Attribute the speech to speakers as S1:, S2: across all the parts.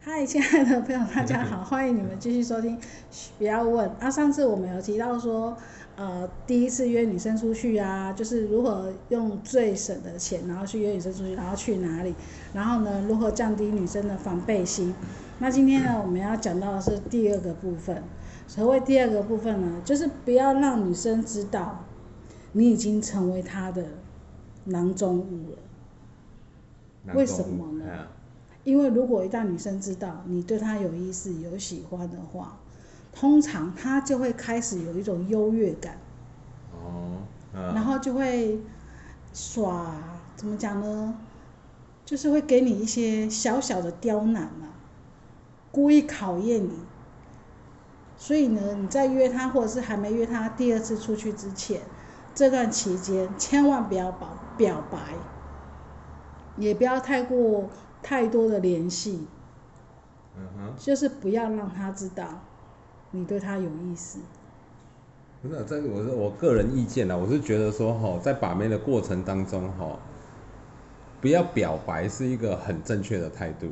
S1: 嗨，亲爱的朋友，大家好，欢迎你们继续收听。嘘不要问啊，上次我们有提到说，呃，第一次约女生出去啊，就是如何用最省的钱，然后去约女生出去，然后去哪里，然后呢，如何降低女生的防备心。那今天呢，我们要讲到的是第二个部分。所谓第二个部分呢，就是不要让女生知道你已经成为她的囊中物了。为什么呢
S2: 哎呀
S1: 因为如果一旦女生知道你对她有意思、有喜欢的话，通常她就会开始有一种优越感，
S2: 哦，嗯
S1: 然后就会耍怎么讲呢？就是会给你一些小小的刁难嘛，故意考验你。所以呢，你在约她或者是还没约她第二次出去之前，这段期间千万不要表表白，也不要太过太多的联系。
S2: 嗯哼，
S1: 就是不要让他知道你对他有意思。
S2: 不是，这个我是我个人意见啦，我是觉得说哈，在把妹的过程当中哈，不要表白是一个很正确的态度。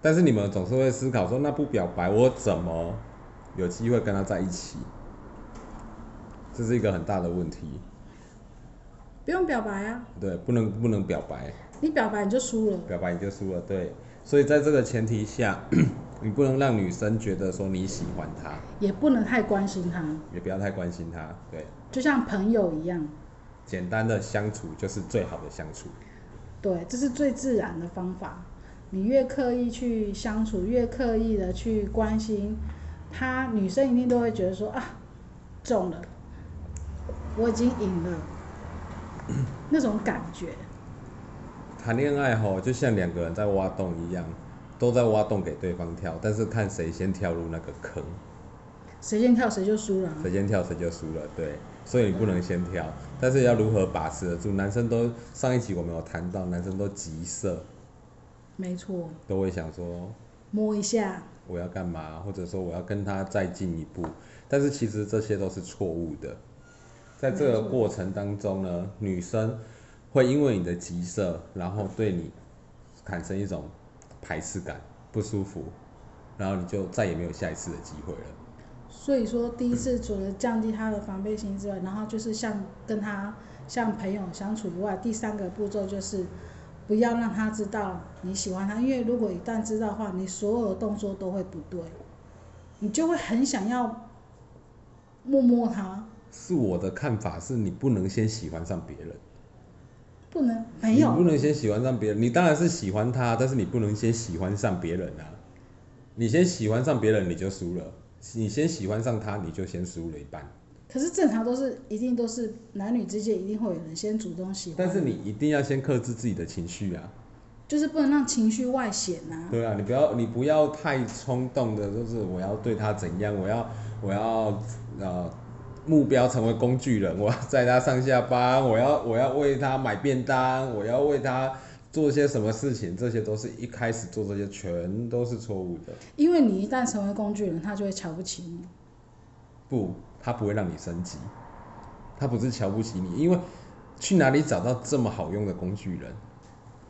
S2: 但是你们总是会思考说，那不表白我怎么有机会跟他在一起？这是一个很大的问题，
S1: 不用表白啊，
S2: 对，不能不能表白。
S1: 你表白你就输了。
S2: 表白你就输了，对。所以在这个前提下，你不能让女生觉得说你喜欢她，
S1: 也不能太关心他，
S2: 也不要太关心她，对。
S1: 就像朋友一样。
S2: 简单的相处就是最好的相处，
S1: 对，这是最自然的方法。你越刻意去相处，越刻意的去关心他，女生一定都会觉得说啊，中了，我已经赢了，那种感觉。
S2: 谈恋爱吼就像两个人在挖洞一样，都在挖洞给对方跳，但是看谁先跳入那个坑，
S1: 谁先跳谁就输了啊、
S2: 谁先跳谁就输了，对。所以你不能先跳，但是要如何把持得住？男生都上一期我们有谈到，男生都急色，
S1: 没错，
S2: 都会想说
S1: 摸一下，
S2: 我要干嘛，或者说我要跟他再进一步，但是其实这些都是错误的。在这个过程当中呢，女生会因为你的急色，然后对你产生一种排斥感、不舒服，然后你就再也没有下一次的机会了。
S1: 所以说，第一次除了降低他的防备心之外，然后就是像跟他像朋友相处以外，第三个步骤就是不要让他知道你喜欢他，因为如果一旦知道的话，你所有的动作都会不对，你就会很想要摸摸他，
S2: 是我的看法是你不能先喜欢上别人，
S1: 不能没有
S2: 你不能先喜欢上别人，你当然是喜欢他，但是你不能先喜欢上别人啊。你先喜欢上别人你就输了，你先喜欢上他你就先输了一半。
S1: 可是正常都是一定都是男女之间一定会有人先主动喜欢，
S2: 但是你一定要先克制自己的情绪啊，
S1: 就是不能让情绪外显啊。
S2: 对啊，你不要你不要太冲动的，就是我要对他怎样，我要我要呃目标成为工具人，我要载他上下班，我要我要为他买便当，我要为他做些什么事情，这些都是一开始做这些全都是错误的。
S1: 因为你一旦成为工具人，他就会瞧不起你。
S2: 不，他不会让你升级，他不是瞧不起你，因为去哪里找到这么好用的工具人？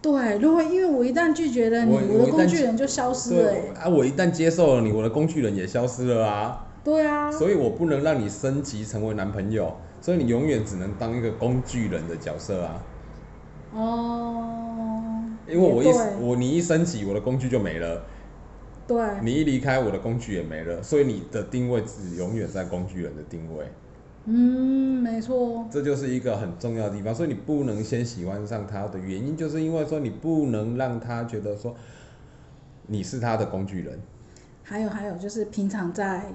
S1: 对，如果因为我一旦拒绝了你，
S2: 我
S1: 我
S2: 我
S1: 的
S2: 一旦
S1: 工具人就消失了、欸。
S2: 对啊，我一旦接受了你，我的工具人也消失了啊。
S1: 对啊，
S2: 所以我不能让你升级成为男朋友，所以你永远只能当一个工具人的角色啊。
S1: 哦，
S2: 因为我一
S1: 也
S2: 我你一升级，我的工具就没了；
S1: 对对，
S2: 你一离开，我的工具也没了。所以你的定位只永远在工具人的定位，
S1: 嗯，没错，
S2: 这就是一个很重要的地方。所以你不能先喜欢上他的原因，就是因为说你不能让他觉得说你是他的工具人。
S1: 还有还有就是平常在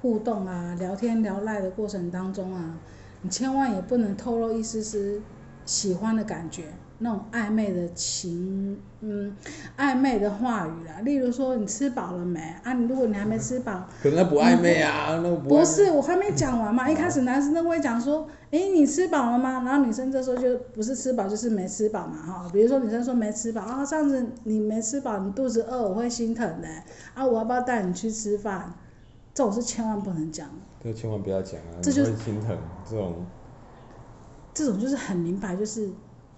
S1: 互动啊、聊天聊赖的过程当中啊，你千万也不能透露一丝丝喜欢的感觉，那种暧昧的情，嗯，暧昧的话语啦，例如说你吃饱了没啊？你如果你还没吃饱，
S2: 可是那不暧昧啊，那不暧
S1: 嗯
S2: 昧
S1: 不是，我还没讲完嘛。一开始男生都会讲说：“诶，你吃饱了吗？”然后女生这时候就不是吃饱就是没吃饱嘛，哈。比如说女生说没吃饱啊，这样子你没吃饱，你肚子饿，我会心疼的、啊，我要不要带你去吃饭？这种是千万不能讲的，
S2: 这千万不要讲啊，
S1: 这就是
S2: 你会心疼这种。
S1: 这种就是很明白，就是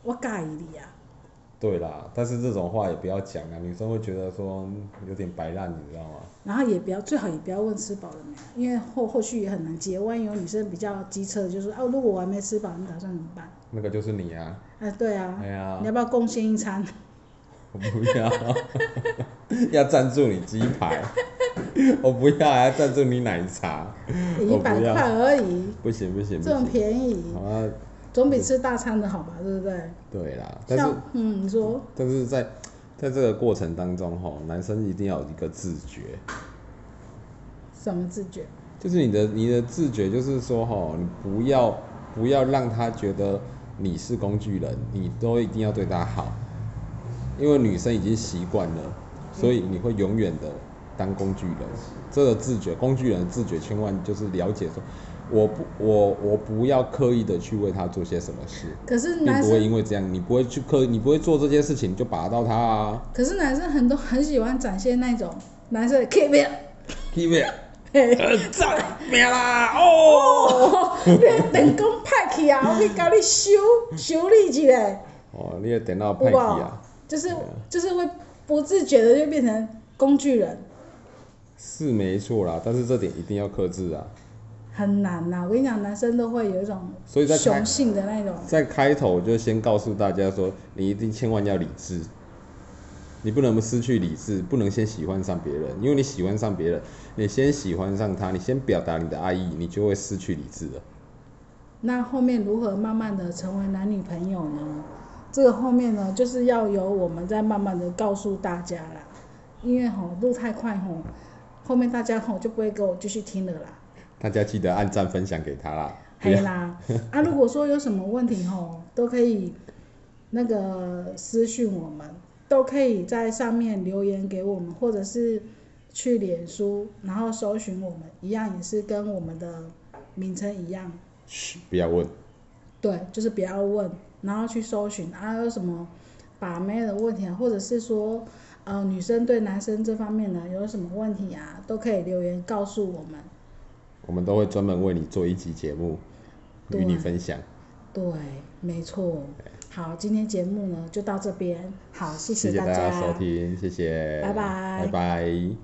S1: 我尬意你啊，
S2: 对啦，但是这种话也不要讲啊，女生会觉得说有点白烂，你知道吗？
S1: 然后也不要最好也不要问吃饱了没，因为后后续也很难接。万一有女生比较机车，就说哦、啊，如果我还没吃饱，你打算怎么办？
S2: 那个就是你啊，
S1: 啊，对啊，
S2: 哎呀
S1: 你，要不要贡献一餐？
S2: 我不要，要 赞助你鸡排， 我不要，还要赞助你奶茶，
S1: 一百
S2: 要
S1: 块而已，
S2: 不行不行不
S1: 这种
S2: 行，
S1: 便宜，
S2: 好啊，
S1: 总比吃大餐的好吧，对不对？
S2: 对啦，但是
S1: 像嗯，你说
S2: 但是在在这个过程当中吼，男生一定要有一个自觉，
S1: 什么自觉？
S2: 就是你的你的自觉，就是说吼，你不要不要让他觉得你是工具人，你都一定要对他好，因为女生已经习惯了，所以你会永远的当工具人。这个自觉，工具人的自觉，千万就是了解说，我不我我不要刻意的去为他做些什么事，
S1: 可是
S2: 并
S1: 男
S2: 不会
S1: 生，
S2: 因为这样，你不会去刻，你不会做这件事情就拔到他啊。
S1: 可是男生很多很喜欢展现那种男生的 keep it，
S2: 因为
S1: 嘿
S2: 赞命啦哦！
S1: 哦，你的电工派去 啊，我去教你修修理一下，
S2: 哦，你的电脑
S1: 有
S2: 派去
S1: 无
S2: 啊？？
S1: 就是就是会不自觉的就变成工具人，
S2: 是没错啦，但是这点一定要克制啊。
S1: 很难啊呐、我跟你讲，男生都会有一种
S2: 所以在开
S1: 雄性的那种，
S2: 在开头我就先告诉大家说，你一定千万要理智，你不能失去理智，不能先喜欢上别人，因为你喜欢上别人，你先喜欢上他，你先表达你的爱意，你就会失去理智了。
S1: 那后面如何慢慢的成为男女朋友呢？这个后面呢，就是要由我们再慢慢的告诉大家啦，因为吼路太快吼，后面大家吼就不会给我继续听了啦，
S2: 大家记得按赞分享给他啦，不
S1: 嘿
S2: 要
S1: 啦，啊，如果说有什么问题吼，都可以那个私讯我们，都可以在上面留言给我们，或者是去脸书，然后搜寻我们，一样也是跟我们的名称一样，
S2: 嘘，不要问，
S1: 对，就是不要问，然后去搜寻啊，有什么把妹的问题啊，或者是说，呃，女生对男生这方面呢有什么问题啊，都可以留言告诉我们。
S2: 我们都会专门为你做一集节目，与你
S1: 对啊
S2: 分享。
S1: 对，没错。好，今天节目呢就到这边，好，谢
S2: 谢谢
S1: 大
S2: 大家收听，谢谢，
S1: 拜拜
S2: 拜拜。